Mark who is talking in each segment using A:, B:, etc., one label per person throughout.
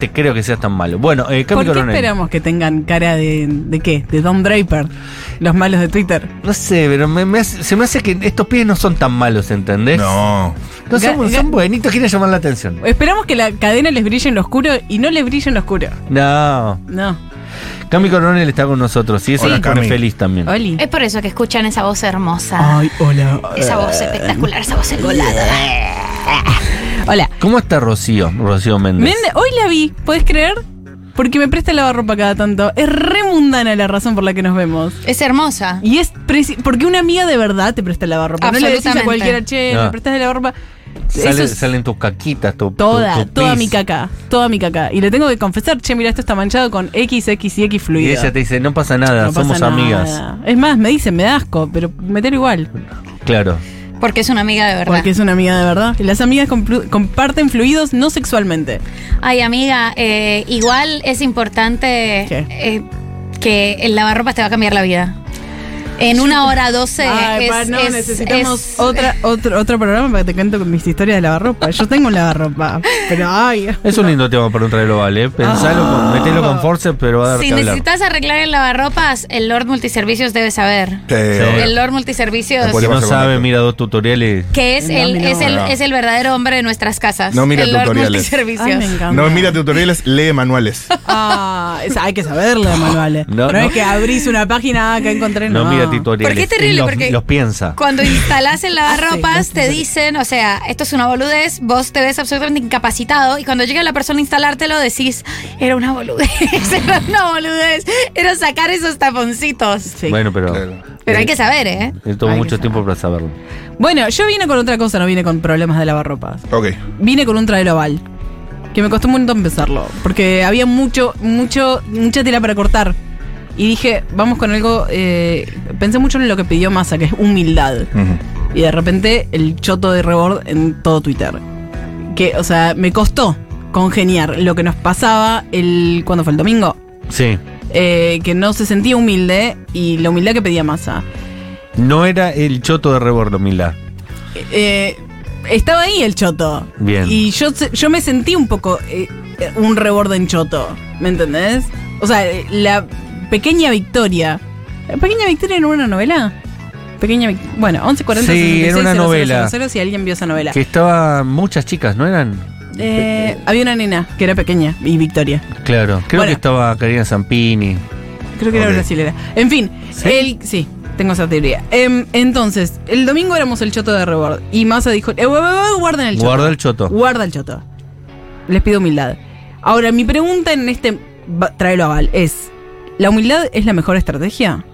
A: te creo que seas tan malo. Bueno, eh, Cami
B: ¿Por qué
A: Coronel.
B: esperamos que tengan cara de, de qué? De Don Draper, los malos de Twitter.
A: No sé, pero me- me hace- se me hace que estos pies no son tan malos, ¿entendés?
C: No.
A: No son,
B: Ga-
A: son
B: ga-
A: buenitos, quieren llamar la atención.
B: Esperamos que la cadena les brille en lo oscuro y no les brille en lo oscuro.
A: No.
B: No.
A: Cami Coronel está con nosotros y eso
C: Hola,
A: nos pone
C: Cami.
A: feliz también.
B: Oli.
D: Es por eso que escuchan esa voz hermosa.
B: Ay, hola.
D: Esa voz espectacular, esa voz engolada.
B: Hola.
A: ¿Cómo está Rocío? Rocío Méndez.
B: Mende- hoy la vi, ¿puedes creer? Porque me presta la ropa cada tanto. Es re mundana la razón por la que nos vemos.
D: Es hermosa.
B: Y es preci- porque una amiga de verdad te presta el lavarropa. No le decís a
D: Absolutamente.
B: cualquiera, che,
A: No.
B: me prestas el lavarropa. Eso
A: Sale-
B: es
A: Salen tus caquitas, tu, tu-
B: toda,
A: tu
B: toda
A: pis.
B: mi caca, toda mi caca. Y le tengo que confesar, che, mira, esto está manchado con X, X y X
A: Y
B: fluido.
A: ella te dice, no pasa nada,
B: No pasa
A: somos
B: nada.
A: amigas.
B: Es más, me dicen, me da asco, pero metelo igual.
A: Claro.
D: Porque es una amiga de verdad.
B: Porque es una amiga de verdad. Las amigas complu- comparten fluidos no sexualmente.
D: Ay, amiga, eh, igual es importante
B: ¿Qué?
D: eh, que el lavarropas te va a cambiar la vida. En una hora doce
B: Ay,
D: es,
B: pa, no,
D: es-
B: necesitamos
D: es-
B: otra, otro, otro programa para que te cuente con mis historias de lavarropa. Yo tengo un lavarropa, pero ay.
A: Es un lindo tema para un traerlo, ¿vale? Pensalo, con, metelo con force, pero va a dar
D: Si
A: que hablar.
D: necesitas arreglar el lavarropas, el Lord Multiservicios debe saber.
C: Sí, obvio.
D: El Lord Multiservicios,
C: Después
A: Si no
C: Pasa con
A: sabe,
C: esto.
A: mira dos tutoriales.
D: que es,
B: No,
D: el,
B: mira,
D: es, el,
C: no.
D: es el verdadero hombre de nuestras casas.
C: No mira
D: el Lord
C: tutoriales.
D: Multiservicios.
B: Ay, me encanta.
C: No mira tutoriales, lee manuales.
B: Ah, esa- hay que saberlo de manuales.
A: No,
B: No,
A: no.
B: es que abrís una página ah, que encontré.
A: No,
B: No,
A: mira tutoriales.
D: Porque es terrible,
A: Los,
D: porque-
A: los piensa.
D: Cuando instalás el
B: Ah,
D: lavarropas,
B: sí,
D: te dicen, o sea, esto es una boludez, vos te ves absolutamente incapacitado y cuando llega la persona a instalártelo decís, era una boludez, era una boludez, era sacar esos taponcitos.
B: Sí. Bueno.
A: Bueno, pero...
C: Claro.
D: Pero hay que saber, ¿eh?
A: Él tomó
B: Hay que
A: mucho
B: saber.
A: tiempo para saberlo.
B: yo vine con otra cosa, no vine con problemas de lavarropas.
C: Ok.
B: Vine con un traer oval. Que me costó un montón pensarlo. Porque había mucho, mucho, mucha tela para cortar. Y dije, vamos con algo. eh, pensé mucho en lo que pidió Massa, que es humildad.
C: Ujú.
B: Y de repente el choto de rebord en todo Twitter. Que, o sea, me costó congeniar lo que nos pasaba el. ¿Cuándo fue el domingo?
A: Sí.
B: Eh, que no se sentía humilde y la humildad que pedía Massa.
A: No era el choto de rebordo, Milá.
B: Eh, estaba ahí el choto.
A: Bien.
B: Y yo, se- yo me sentí un poco eh, eh, un reborde en choto. ¿Me entendés? O sea, eh, la pequeña victoria. ¿La pequeña victoria era una novela? Pequeña Vic- Bueno, 1140
A: Sí, era una
B: 66
A: novela.
B: 00 si alguien vio esa novela.
A: Que estaban muchas chicas, ¿no eran?
B: Eh, había una nena que era pequeña y Victoria.
A: Claro. Creo
B: Bueno.
A: que estaba Karina Zampini.
B: Creo que era
C: Ok.
B: brasilera. En fin,
A: ¿Sí?
B: el- sí, tengo esa teoría. Em, entonces, el domingo éramos el choto de Rebord y Massa dijo, "Eh, guau, guau, guau, guarden el choto. Uh,
A: Guarda el choto.
B: Guarda el choto. Les pido humildad. Ahora, mi pregunta en este ba- tráelo a Val es, ¿la humildad es la mejor estrategia?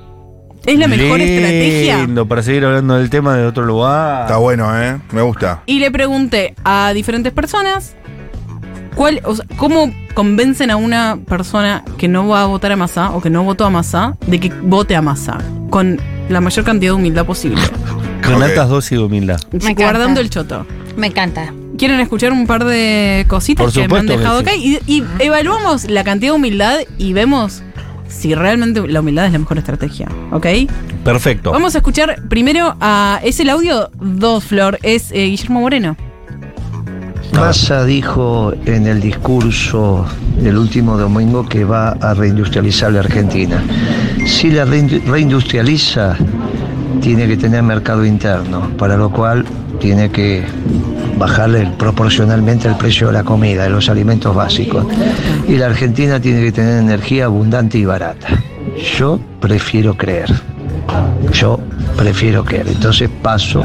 B: ¿Es la mejor estrategia?
A: Lindo, para seguir hablando del tema de otro lugar.
C: Está bueno, ¿eh? Me gusta.
B: Y le pregunté a diferentes personas cuál, o sea, cómo convencen a una persona que no va a votar a Massa o que no votó a Massa de que vote a Massa con la mayor cantidad de humildad posible.
A: Con
C: Ok.
A: altas dosis de humildad.
D: Me encanta.
B: guardando el choto.
D: Me encanta.
B: ¿Quieren escuchar un par de
A: Por
B: cositas que me han
A: supuesto que
B: dejado
A: sí.
B: acá? Y, y evaluamos la cantidad de humildad y vemos si realmente la humildad es la mejor estrategia. ¿Ok?
A: Perfecto.
B: Vamos a escuchar primero a. Es el audio 2, Flor. Es eh, Guillermo Moreno.
E: Massa dijo en el discurso del último domingo que va a reindustrializar la Argentina. Si la reindu- reindustrializa, tiene que tener mercado interno, para lo cual tiene que bajarle proporcionalmente el precio de la comida, de los alimentos básicos. Y la Argentina tiene que tener energía abundante y barata. Yo prefiero creer. Yo prefiero creer. Entonces paso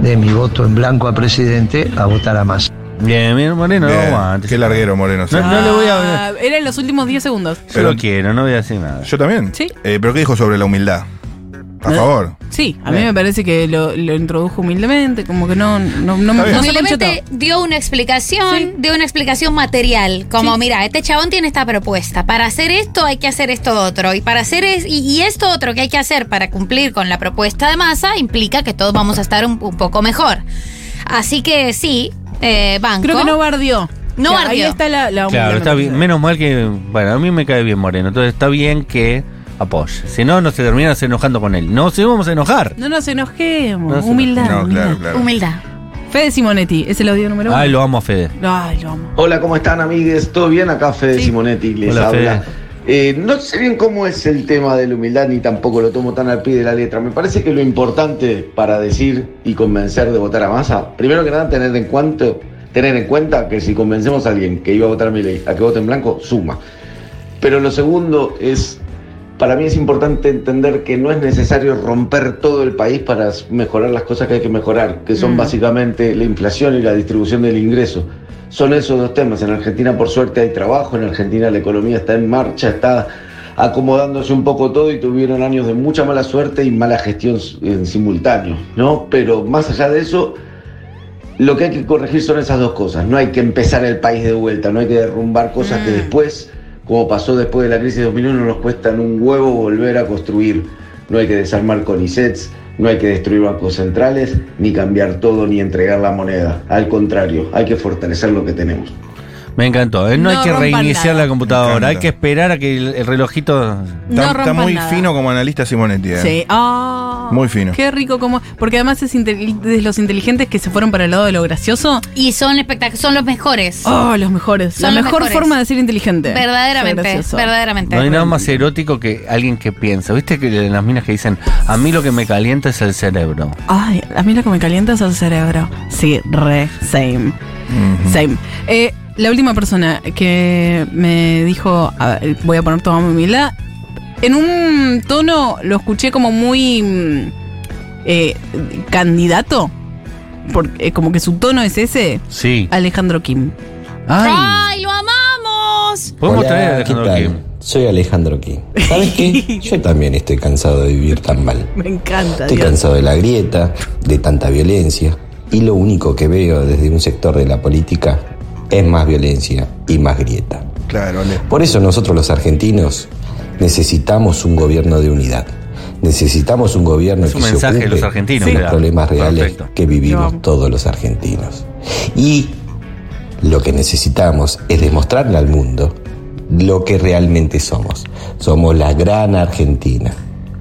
E: de mi voto en blanco a presidente a votar a Massa.
A: Bien, bien, Moreno,
C: Bien.
A: aguante.
C: Qué larguero, Moreno. sí.
A: No, no le voy a.
B: Ah, Era en los últimos 10 segundos.
A: Yo lo quiero, no voy a decir nada.
C: Yo también.
B: Sí.
C: Eh, ¿Pero qué dijo sobre la humildad? A
B: ¿Eh?
C: favor.
B: Sí, a mí
C: Bien.
B: me parece que lo, lo introdujo humildemente, como que no, no,
C: Está
B: no, no
C: bien.
B: se
D: Humildemente
B: conchotó.
D: dio una explicación,
B: Sí.
D: dio una explicación material, como
B: Sí.
D: mira, este chabón tiene esta propuesta, para hacer esto hay que hacer esto otro, y para hacer es, y, y esto otro que hay que hacer para cumplir con la propuesta de masa implica que todos vamos a estar un, un poco mejor. Así que sí, eh, banco.
B: Creo que no bardió.
D: No
B: Ahí
D: bardió.
B: está la, la humildad,
A: Claro, está
B: me
A: bien.
B: parece.
A: Menos mal que. Bueno, a mí me cae bien Moreno. Entonces está bien que apoye. Si no, no se terminan enojando con él. No, si no vamos a enojar.
B: No nos enojemos.
A: No Ah, se
B: humildad.
C: No,
B: humildad.
C: claro, claro.
D: Humildad.
B: Fede Simonetti, es el audio número uno.
A: Ay, lo amo a Fede.
B: Ay, lo amo.
F: Hola, ¿cómo están, amigues? ¿Todo bien? Acá Fede
B: Sí.
F: Simonetti les
A: Hola,
F: habla.
A: Fede.
F: Eh, no sé bien cómo es el tema de la humildad, ni tampoco lo tomo tan al pie de la letra. Me parece que lo importante para decir y convencer de votar a Massa, primero que nada, tener en, cuanto, tener en cuenta que si convencemos a alguien que iba a votar a mi ley a que vote en blanco, suma. Pero lo segundo es, para mí es importante entender que no es necesario romper todo el país para s- mejorar las cosas que hay que mejorar, que son
B: Mm.
F: básicamente la inflación y la distribución del ingreso. Son esos dos temas. En Argentina, por suerte, hay trabajo, en Argentina la economía está en marcha, está acomodándose un poco todo y tuvieron años de mucha mala suerte y mala gestión s- en simultáneo, ¿no? Pero más allá de eso, lo que hay que corregir son esas dos cosas. No hay que empezar el país de vuelta, no hay que derrumbar cosas que
D: Mm.
F: después, como pasó después de la crisis de 2001, nos cuestan un huevo volver a construir. No hay que desarmar conicets, no hay que destruir bancos centrales, ni cambiar todo, ni entregar la moneda. Al contrario, hay que fortalecer lo que tenemos.
A: Me encantó. ¿eh? No,
B: No
A: hay que
B: rompan
A: reiniciar
B: nada.
A: la computadora,
C: Me
A: hay
C: encanta.
A: que esperar a que el, el relojito.
B: No
C: Está, está
B: rompan
C: muy
B: nada.
C: fino como analista Simonetti. eh.
B: Sí. Ah,
C: Muy fino.
B: Qué rico como. Porque además es intel- de los inteligentes que se fueron para el lado de lo gracioso.
D: Y son espectac- son los mejores.
B: Oh, los mejores.
D: Son
B: la
D: los
B: mejor
D: mejores.
B: forma de ser inteligente.
D: verdaderamente,
B: Ser gracioso.
D: verdaderamente.
A: No hay nada más erótico que alguien que piensa. ¿Viste que en las minas que dicen, a mí lo que me calienta es el cerebro?
B: Ay, a mí lo que me calienta es el cerebro. Sí, re, same. Same. Eh, la última persona que me dijo, a ver, voy a poner toda mi humildad, en un tono lo escuché como muy mm, eh, candidato, porque eh, como que su tono es ese,
A: Sí.
B: Alejandro Kim.
A: ¡Ay!
D: ¡Ay, lo amamos!
A: Podemos
G: Hola,
A: traer a
G: ¿qué
A: Alejandro
G: tal?
A: Kim.
G: Soy Alejandro Kim. ¿Sabes qué? Yo también estoy cansado de vivir tan mal.
B: Me encanta.
G: Estoy
B: Dios.
G: cansado de la grieta, de tanta violencia. Y lo único que veo desde un sector de la política es más violencia y más grieta.
C: Claro, Ale.
G: Por eso nosotros los argentinos necesitamos un gobierno de unidad. Necesitamos un gobierno
A: Es un
G: que se
A: mensaje de
G: ocupe
A: los argentinos,
G: de
A: que da.
G: los problemas reales
A: Perfecto.
G: que vivimos
B: Yo-
G: todos los argentinos. Y lo que necesitamos es demostrarle al mundo lo que realmente somos. Somos la gran Argentina.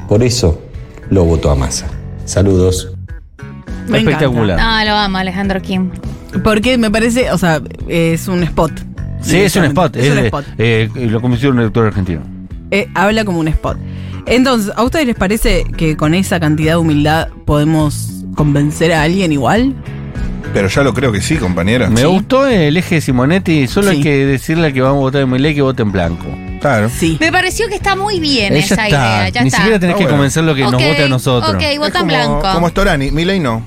G: Por eso lo voto a masa. Saludos.
B: Me encanta.
A: Espectacular.
D: Ah, lo amo, Alejandro Kim.
B: Porque me parece, o sea, es un spot.
A: Sí, es un spot.
B: Es
A: es
B: un
A: de-
B: spot.
A: eh, lo convirtió en un director argentino.
B: Eh, habla como un spot. Entonces, ¿a ustedes les parece que con esa cantidad de humildad podemos convencer a alguien igual?
C: Pero ya lo creo que sí, compañera.
A: Me gustó el eje de Simonetti. Solo
B: Sí.
A: hay que decirle que vamos a votar en Milei que vote en blanco.
C: Claro.
B: Sí.
D: Me pareció que está muy bien
A: Eh, ya
D: esa idea, ya
A: Ni
D: está.
A: siquiera tenés
C: Ah,
A: que
C: bueno.
A: convencerlo que
D: Ok,
A: nos vote a nosotros.
D: Ok,
C: Es
D: vota
C: como,
D: en blanco.
C: Como Storani, Milei no.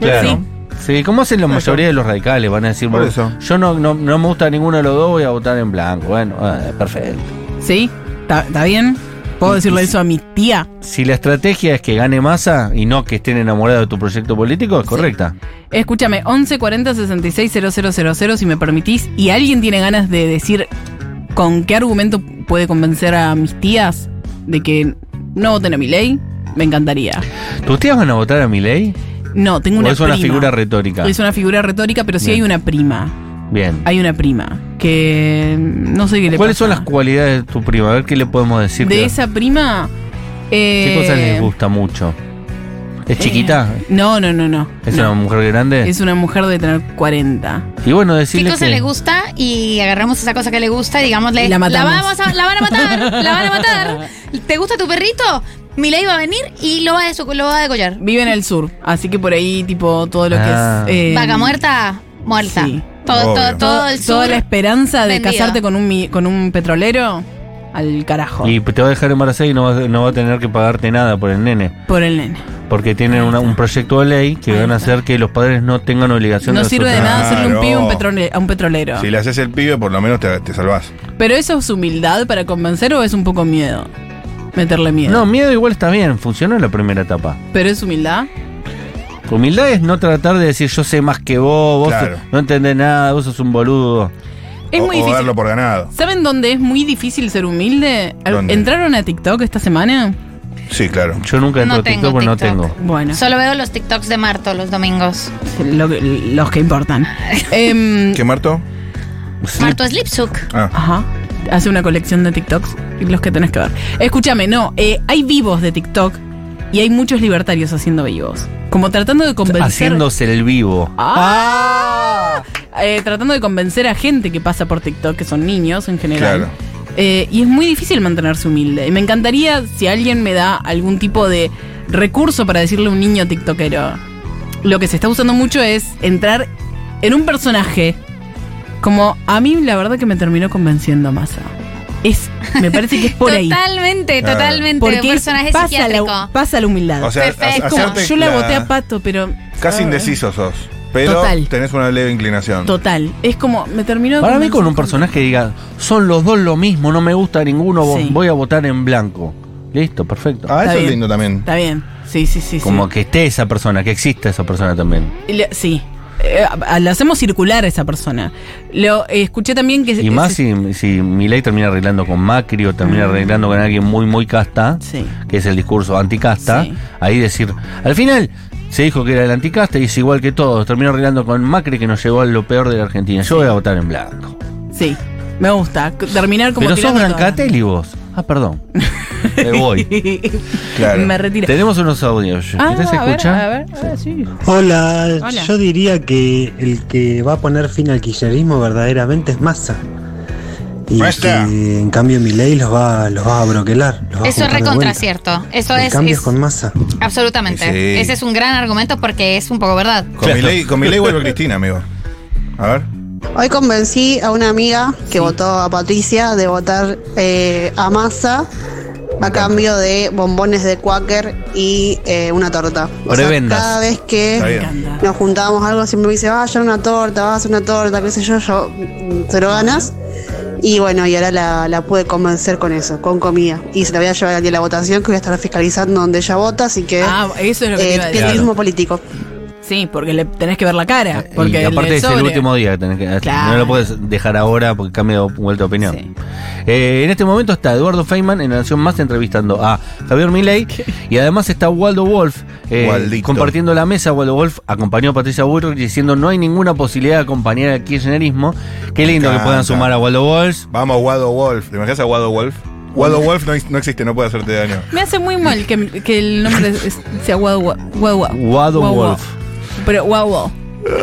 A: Claro.
B: Sí.
A: Sí. como hacen la mayoría de los radicales, van a decir,
C: Por
A: bueno,
C: eso.
A: yo no, no, no me gusta ninguno de los dos, voy a votar en blanco. Bueno, ah, perfecto.
B: ¿Sí? ¿Está está bien? ¿Puedo decirle eso a mi tía?
A: Si la estrategia es que gane masa y no que estén enamorados de tu proyecto político, es correcta.
B: Escúchame, 1140 66 000, si me permitís, y alguien tiene ganas de decir con qué argumento puede convencer a mis tías de que no voten a mi ley, me encantaría.
A: ¿Tus tías van a votar a Milei?
B: No, tengo
A: ¿O
B: una
A: es una
B: prima.
A: figura retórica?
B: Es una figura retórica, pero sí
A: Bien.
B: hay una prima.
A: Bien.
B: Hay una prima que no sé qué le
A: ¿Cuáles son las
B: pasa.
A: cualidades de tu prima? A ver qué le podemos decir.
B: de
A: que-
B: esa prima?
A: ¿Qué
B: eh,
A: cosas les gusta mucho? ¿Es chiquita?
B: No, no, no, no.
A: ¿Es
B: No.
A: una mujer grande?
B: Es una mujer de tener 40.
A: Y bueno,
D: ¿Qué
A: decirle
D: cosa
A: que...
D: le gusta? Y agarramos esa cosa que le gusta y digámosle.
B: Y la matamos.
D: vamos a- la van a matar, la van a matar. ¿Te gusta tu perrito? Milei va a venir y lo va a, desu- lo va a degollar.
B: Vive en el sur, así que por ahí, tipo, todo lo
A: Ah.
B: que es. eh,
D: Vaca muerta, muerta.
B: sí.
D: Todo, todo,
C: Obvio.
D: todo el
B: Toda
D: sur.
B: la esperanza de
D: vendido.
B: casarte con un, mi- con un petrolero al carajo.
A: Y te va a dejar embarazada y no va, no va a tener que pagarte nada por el nene.
B: por el nene.
A: Porque tienen una- un proyecto de ley que
B: Ahí
A: van a
B: está.
A: hacer que los padres no tengan obligación
B: No
A: de
B: sirve de
A: soltar.
B: nada hacerle un
C: Claro.
B: pibe a un petrole- a un petrolero.
C: Si le haces el pibe, por lo menos te, te salvás.
B: Pero eso es humildad para convencer o es un poco miedo. Meterle miedo.
A: No, miedo igual está bien, funcionó en la primera etapa.
B: Pero es humildad.
A: Humildad es no tratar de decir yo sé más que vos, vos
C: Claro.
A: no entendés nada, vos sos un boludo.
B: Es
C: o,
B: muy
C: o
B: difícil.
C: darlo por ganado.
B: ¿Saben dónde es muy difícil ser humilde? Al-
C: ¿Dónde?
B: ¿Entraron a TikTok esta semana?
C: Sí, claro.
A: Yo nunca entro
D: No
A: a TikTok
D: tengo
A: porque no
D: TikTok.
A: tengo.
B: Bueno,
D: Solo veo los TikToks de Marto los domingos.
B: lo que- los que importan. Em,
C: ¿Qué, Marto?
D: Marto es Lipsuk.
C: Ah,
B: ajá. Hace una colección de TikToks, los que tenés que ver. Escúchame, no, eh, hay vivos de TikTok y hay muchos libertarios haciendo vivos. Como tratando de convencer.
A: Haciéndose el vivo. Ah,
B: ¡Ah! Eh, tratando de convencer a gente que pasa por TikTok, que son niños en general.
C: Claro.
B: Eh, y es muy difícil mantenerse humilde. Y me encantaría si alguien me da algún tipo de recurso para decirle a un niño TikTokero. Lo que se está usando mucho es entrar en un personaje. Como a mí, la verdad, que me terminó convenciendo Massa. Es, me parece que es por ahí.
D: totalmente,
C: Claro.
D: totalmente.
B: Porque
D: un
B: es-
D: personaje
B: pasa,
D: psiquiátrico.
B: la, pasa la humildad.
C: O sea,
D: Perfecto.
C: ha-
B: Como,
C: hacerte
B: yo la boté a pato, pero.
C: Casi
B: ah,
C: indeciso sos. Pero
B: Total.
C: tenés una leve inclinación.
B: Total. Es como, me terminó. de
A: Para mí
B: convencer.
A: con un personaje que diga, son los dos lo mismo, no me gusta ninguno, vo-
B: Sí.
A: voy a votar en blanco. Listo, perfecto.
C: Ah,
B: Está
C: eso es
B: bien.
C: lindo también.
B: Está bien. Sí, sí, sí.
A: Como
B: sí.
A: que esté esa persona, que exista esa persona también.
B: Y le- sí. Eh, a- la hacemos circular a esa persona. Lo eh, escuché también que.
A: Y más
B: sí.
A: si, si Milei termina arreglando con Macri o termina
B: Mm.
A: arreglando con alguien muy, muy casta,
B: Sí.
A: que es el discurso anticasta,
B: Sí.
A: ahí decir, al final se dijo que era el anticasta y es igual que todos, terminó arreglando con Macri que nos llevó a lo peor de la Argentina. Yo voy a votar en blanco.
B: Sí. Me gusta. C- Terminar como.
A: Pero sos
B: tirando todas.
A: Brancatelli vos. Ah, perdón. Me voy.
C: Claro.
B: Me retiro.
A: Tenemos unos audios.
B: Ah,
A: ¿Usted se
B: a ver,
A: escucha?
B: a ver, a ver, sí.
H: Hola,
B: Hola.
H: yo diría que el que va a poner fin al kirchnerismo verdaderamente es Massa. Y
C: Massa.
H: que, en cambio Milei los va, los va a broquelar. los va a
D: Eso es
H: juntar de vuelta.
D: recontracierto. Eso
H: El
D: es,
H: cambio es
D: es-
H: con Massa.
D: absolutamente.
C: Sí.
D: Ese es un gran argumento porque es un poco verdad.
C: Con mi ley, con Milei vuelve Cristina, amigo. A ver.
I: Hoy convencí a una amiga que votó a Patricia de votar eh, a Massa a cambio de bombones de Quaker y eh, una torta.
A: Prebendas.
I: cada vez
C: Está
I: que
B: Me
C: bien.
B: encanta.
I: nos juntábamos algo, siempre me dice, va a hacer una torta, va a hacer una torta, qué sé yo, yo mm, cero ganas. Y bueno, y ahora la, la pude convencer con eso, con comida. Y se la voy a llevar al día de la votación, que voy a estar fiscalizando donde ella vota, así que...
B: Ah, eso es lo que
I: eh,
B: te iba a decir.
I: periodismo político.
B: Sí, porque le tenés que ver la cara. Porque
A: Eh, y
B: el
A: aparte
B: del
A: es el
B: sobre-
A: último día que tenés que
B: Claro.
A: No lo puedes dejar ahora porque cambia de vuelta de opinión.
B: Sí.
A: Eh, en este momento está Eduardo Feynman en la Nación Más entrevistando a Javier Milei y además está Waldo Wolf eh,
C: Waldito.
A: compartiendo la mesa. Waldo Wolf acompañó a Patricia Bullrich diciendo no hay ninguna posibilidad de acompañar al kirchnerismo. Qué lindo que
C: encanta.
A: puedan sumar a Waldo Wolf.
C: Vamos, Wado Wolf. ¿Te imaginas a Wado Wolf? Wado Wolf no, ex- no existe, no puede hacerte daño.
B: Me hace muy mal que, que el nombre es- sea Wado Wado.
A: Wado Wolf.
B: Pero Wado.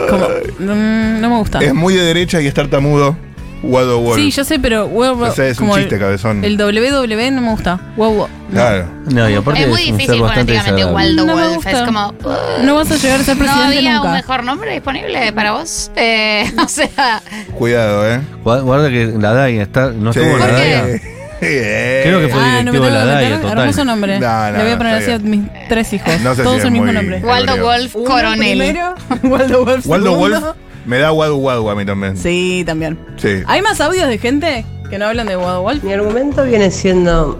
B: Como, mm, no me gusta.
C: Es muy de derecha y es tartamudo. Wado Wolf.
B: Sí, yo sé, pero Wado.
C: O sea, es un
B: como el-
C: chiste, cabezón.
B: El WW no me gusta. Wado.
C: Claro.
A: No, y aparte
D: es muy
A: un ser
D: difícil
A: bastante
D: fonéticamente
A: desagradable.
D: Waldo
B: No me
D: Wolf. Es
B: gusta.
D: como. uh,
B: No vas a llegar a ser
D: no
B: presidente
D: había un
B: nunca.
D: mejor nombre disponible para vos. Eh, o sea,
C: Cuidado, ¿eh?
A: Gua- Guarda que la DAIA está, no
C: Sí.
A: estuvo la
D: ¿Por qué?
A: DAIA. Creo
C: Creo
A: que fue
B: Ah, no me tengo
A: directivo de la
B: que
A: DAIA,
B: meter.
A: total.
B: Hermoso nombre.
C: No, no,
B: Le voy a poner así
C: está
B: a mis tres hijos.
C: No sé si
B: Todos
C: es
B: el mismo
C: muy-
B: nombre.
D: Waldo
C: creo.
D: Wolf,
B: Uno
D: coronel.
B: primero, Waldo Wolf.
C: Waldo
B: segundo.
C: Wolf me da Wado Wado a mí también.
B: Sí, también.
C: Sí.
B: ¿Hay más audios de gente que no hablan de Wado Wolf?
J: Mi argumento viene siendo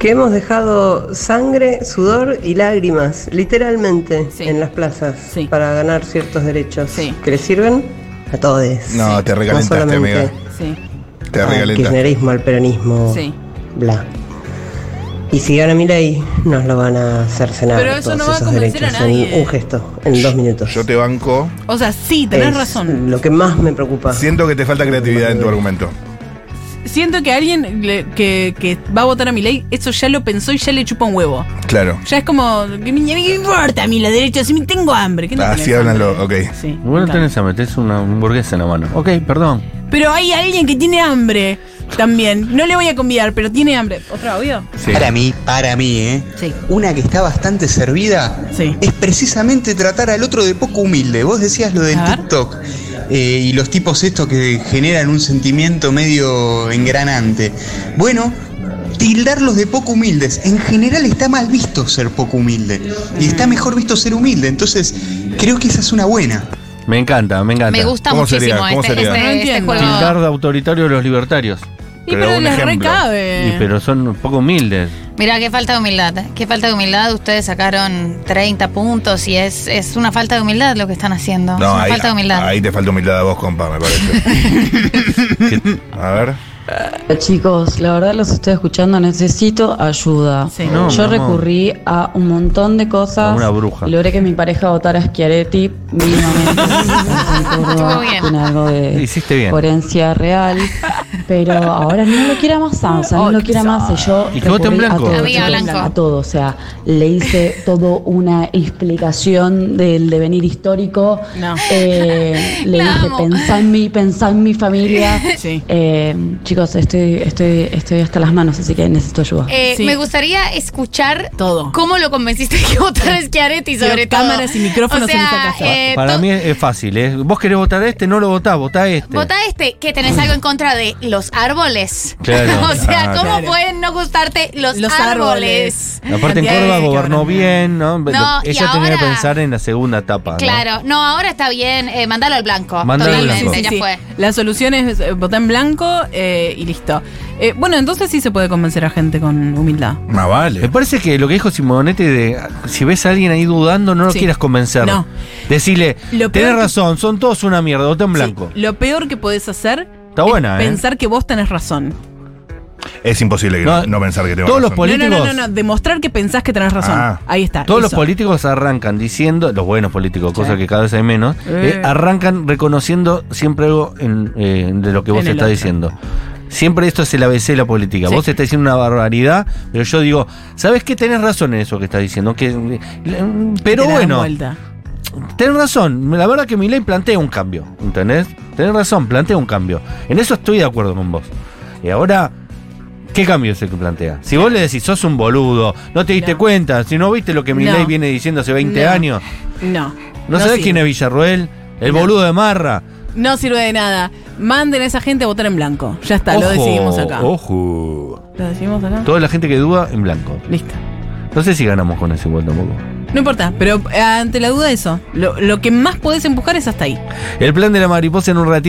J: que hemos dejado sangre, sudor y lágrimas, literalmente,
B: Sí.
J: en las plazas
B: Sí.
J: para ganar ciertos derechos
B: Sí.
J: que le sirven a todos.
C: No, te recalentaste,
J: solamente
C: amiga.
B: Sí,
C: Te
J: Al
C: regalentaste.
J: kirchnerismo, al peronismo,
B: sí.
J: bla. Y si gana mi ley, nos lo van a cercenar
B: Pero eso
J: todos
B: no va a
J: esos
B: convencer a
J: derechos
B: nadie.
J: en un gesto, en dos minutos.
C: Yo te banco.
B: O sea, sí, tenés
J: Es
B: razón.
J: Lo que más me preocupa.
C: Siento que te falta creatividad en tu argumento.
B: Siento que alguien le- que, que va a votar a mi ley, eso ya lo pensó y ya le chupa un huevo.
C: Claro.
B: Ya es como, ¿qué me, qué me importa a mí la derecha? Si me tengo hambre. ¿Qué no
C: Ah,
B: tenés
C: sí, hablan
B: hambre?
C: lo- ok.
B: Sí,
A: Bueno,
B: me
A: tenés a meterse una hamburguesa en la mano. Ok, perdón.
B: encanta. Pero hay alguien que tiene hambre también. No le voy a convidar, pero tiene hambre. ¿Otro audio?
A: Sí.
K: Para mí, para mí, ¿eh?
B: Sí.
K: Una que está bastante servida
B: Sí.
K: es precisamente tratar al otro de poco humilde. Vos decías lo del
D: Ah.
B: A ver.
K: TikTok eh, y los tipos estos que generan un sentimiento medio engranante. Bueno, tildarlos de poco humildes. En general está mal visto ser poco humilde y está mejor visto ser humilde. Entonces, creo que esa es una buena.
A: Me encanta, me encanta.
D: me gusta
C: ¿Cómo
D: muchísimo
C: sería? ¿Cómo
D: este,
C: sería?
D: este-
B: No
D: este
B: entiendo.
D: juego.
A: Tildar de autoritario a los libertarios.
B: Y
C: Pero
B: pero
C: un
B: les
C: ejemplo.
L: Eh.
B: recabe.
A: Y, pero son un poco humildes.
D: Mira, qué falta de humildad. eh. Qué falta de humildad. Ustedes sacaron 30 puntos y es, es una falta de humildad lo que están haciendo. es
C: No,
D: una
C: ahí,
D: falta de humildad.
C: ahí te falta humildad a vos, compa, me parece. a ver.
L: Chicos, la verdad los estoy escuchando, necesito ayuda.
B: Sí.
A: No,
L: Yo
A: mi amor.
L: recurrí a un montón de cosas.
A: A una bruja.
L: Y logré que mi pareja votara a Schiaretti mínimamente. En Córdoba,
D: Estuvo bien.
L: Tiene algo de
A: Hiciste bien.
L: coherencia real. Pero ahora no lo quiere a Massa, o sea,
B: Oh,
L: no lo quiere a Massa. Yo
A: Y que vote en
L: recurrí
A: blanco.
L: A todo,
A: Amiga
L: yo
A: blanco.
L: a todo, o sea, le hice todo una explicación del devenir histórico. Eh, le
D: La
L: dije,
D: amo.
L: pensá en mí, pensá en mi familia. Eh, chicos, estoy, estoy, estoy hasta las manos, así que necesito ayuda.
D: Eh, Me gustaría escuchar todo. cómo lo convenciste que votar Schiaretti
B: Quiero
D: sobre todo.
B: cámaras y micrófonos
D: O sea,
B: en esa casa.
D: eh,
A: Para
D: to-
A: mí es es fácil, ¿eh? Vos querés votar este, no lo votás, votá este.
D: Vota este, que tenés algo en contra de los árboles.
A: Claro.
D: o sea,
A: Ah,
D: ¿cómo
A: claro.
D: pueden no gustarte los,
B: Los
D: árboles?
A: Aparte en
D: Cantidad de veces
A: Córdoba
D: que
A: gobernó bien, ¿no?
D: No, y
A: Ella tenía que
D: ahora-
A: pensar en la segunda etapa. ¿no?
D: Claro, no, ahora está bien, eh, mandalo al blanco.
A: Mándalo al
D: Totalmente,
A: blanco.
D: ya
A: Sí, sí.
D: fue.
B: La solución es eh, votar en blanco eh, y listo. Eh, bueno, entonces sí se puede convencer a gente con humildad.
A: Ah, vale. Me parece que lo que dijo Simonete de si ves a alguien ahí dudando, no lo
B: Sí.
A: quieras convencer.
B: No.
A: Decirle,
B: Lo
A: tenés
B: peor que-
A: razón, son todos una mierda, vota en blanco.
B: Lo peor que podés hacer
A: Está buena,
B: es
A: ¿eh?
B: pensar que vos tenés razón.
C: Es imposible que no, no pensar que tengo
A: todos los
C: razón.
A: políticos-
B: No, no, no, no, no, demostrar que pensás que tenés razón.
A: Ah.
B: Ahí está.
A: Todos los
B: eso.
A: políticos arrancan diciendo, los buenos políticos, cosa que cada vez hay menos,
B: Eh.
A: eh, arrancan reconociendo siempre algo en, eh, de lo que vos
B: En el
A: estás
B: otro.
A: diciendo. Siempre esto es el ABC de la política.
B: Sí.
A: Vos estás diciendo una barbaridad, pero yo digo, ¿sabes qué? Tenés razón en eso que estás diciendo. Que, eh, pero
B: Te la dan
A: bueno,
B: vuelta.
A: tenés razón. La verdad que mi ley plantea un cambio, ¿entendés? Tenés razón, plantea un cambio. En eso estoy de acuerdo con vos. Y ahora, ¿qué cambio es el que plantea? Si vos le decís, sos un boludo, no te diste cuenta, si no viste lo que mi
B: No.
A: ley viene diciendo hace 20
B: No.
A: años,
B: No.
A: no, sabés
B: sirve.
A: quién es Villarruel, el boludo de Marra.
B: No sirve de nada. Manden a esa gente a votar en blanco. Ya está, lo
A: Ojo,
B: decidimos acá.
A: Ojo.
B: Lo decidimos acá.
A: Toda la gente que duda en blanco.
B: Listo.
A: No sé si ganamos con ese igual tampoco.
B: No importa, pero eh, ante la duda eso. Lo, lo que más podés empujar es hasta ahí.
A: El plan de la mariposa en un ratito.